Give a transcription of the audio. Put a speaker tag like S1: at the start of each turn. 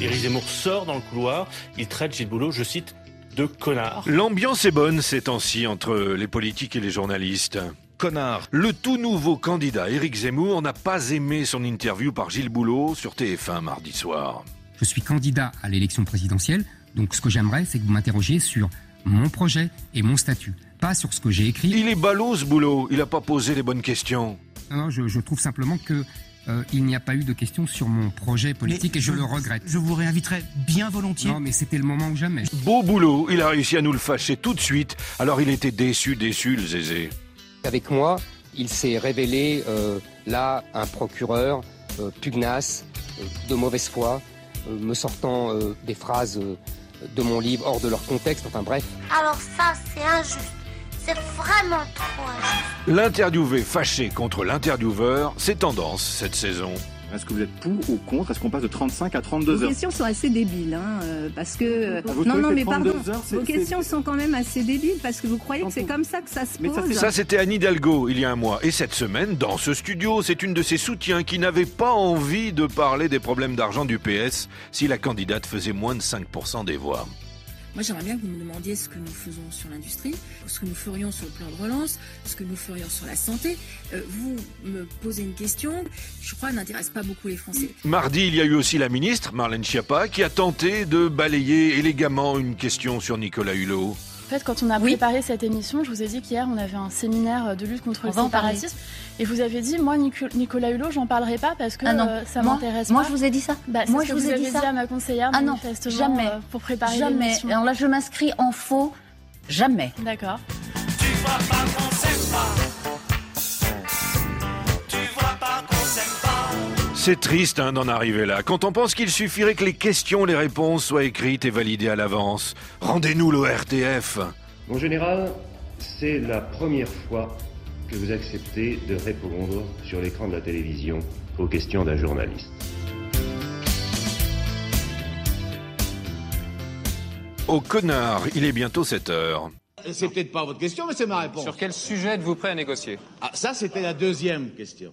S1: Éric Zemmour sort dans le couloir, il traite Gilles Boulot, je cite, de connard.
S2: L'ambiance est bonne ces temps-ci entre les politiques et les journalistes. Connard. Le tout nouveau candidat Éric Zemmour n'a pas aimé son interview par Gilles Boulot sur TF1 mardi soir.
S3: Je suis candidat à l'élection présidentielle, donc ce que j'aimerais, c'est que vous m'interrogiez sur mon projet et mon statut, pas sur ce que j'ai écrit.
S2: Il est ballot ce Boulot, il n'a pas posé les bonnes questions.
S3: Non, non, je, je trouve simplement que euh, il n'y a pas eu de questions sur mon projet politique
S4: Mais
S3: et je, le regrette.
S4: Je vous réinviterai bien volontiers.
S3: Non, mais c'était le moment ou jamais.
S2: Beau boulot, il a réussi à nous le fâcher tout de suite, alors il était déçu, déçu le zézé.
S5: Avec moi, il s'est révélé euh, là un procureur euh, pugnace, euh, de mauvaise foi, euh, me sortant euh, des phrases euh, de mon livre hors de leur contexte, enfin bref.
S6: Alors ça, c'est injuste. C'est vraiment trop injuste.
S2: L'interviewé fâché contre l'intervieweur, c'est tendance cette saison.
S7: Est-ce que vous êtes pour ou contre Est-ce qu'on passe de 35 à
S8: Vos
S7: 32 heures
S8: questions sont assez débiles, hein, euh, parce que... euh,
S7: Vous
S8: non,
S7: trouvez
S8: non,
S7: que
S8: mais pardon,
S7: 32 heures, c'est-
S8: vos
S7: c'est-
S8: questions sont quand même assez débiles, parce que vous croyez que c'est comme ça que ça se
S7: Mais ça,
S8: pose.
S2: Ça, c'était Anne Hidalgo il y a un mois. Et cette semaine, dans ce studio, c'est une de ses soutiens qui n'avait pas envie de parler des problèmes d'argent du PS si la candidate faisait moins de 5% des voix.
S9: Moi, j'aimerais bien que vous me demandiez ce que nous faisons sur l'industrie, ce que nous ferions sur le plan de relance, ce que nous ferions sur la santé. Euh, vous me posez une question, je crois, n'intéresse pas beaucoup les Français.
S2: Mardi, il y a eu aussi la ministre, Marlène Schiappa, qui a tenté de balayer élégamment une question sur Nicolas Hulot.
S10: En fait, quand on a préparé cette émission, je vous ai dit qu'hier, on avait un séminaire de lutte contre
S9: On
S10: le
S9: va en parler.
S10: séparatisme. Et vous avez dit, moi, Nico- Nicolas Hulot, j'en parlerai pas parce que
S9: Ah non.
S10: euh, ça
S9: Moi-
S10: m'intéresse
S9: moi,
S10: pas.
S9: je vous ai dit ça.
S10: Bah, c'est
S9: Moi,
S10: ce
S9: je
S10: que
S9: vous ai
S10: aviez
S9: dit ça.
S10: à ma conseillère,
S9: Ah non,
S10: manifestement,
S9: jamais.
S10: euh, pour préparer
S9: Jamais.
S10: l'émission.
S9: Alors là, je m'inscris en faux. Jamais.
S10: D'accord.
S2: C'est triste hein, d'en arriver là, quand on pense qu'il suffirait que les questions, les réponses soient écrites et validées à l'avance. Rendez-nous le RTF
S11: Mon général, c'est la première fois que vous acceptez de répondre sur l'écran de la télévision aux questions d'un journaliste.
S2: Au connard, il est bientôt 7 heures.
S12: C'est peut-être pas votre question, mais c'est ma réponse.
S13: Sur quel sujet êtes-vous prêt à négocier
S12: Ah, ça, c'était la deuxième question.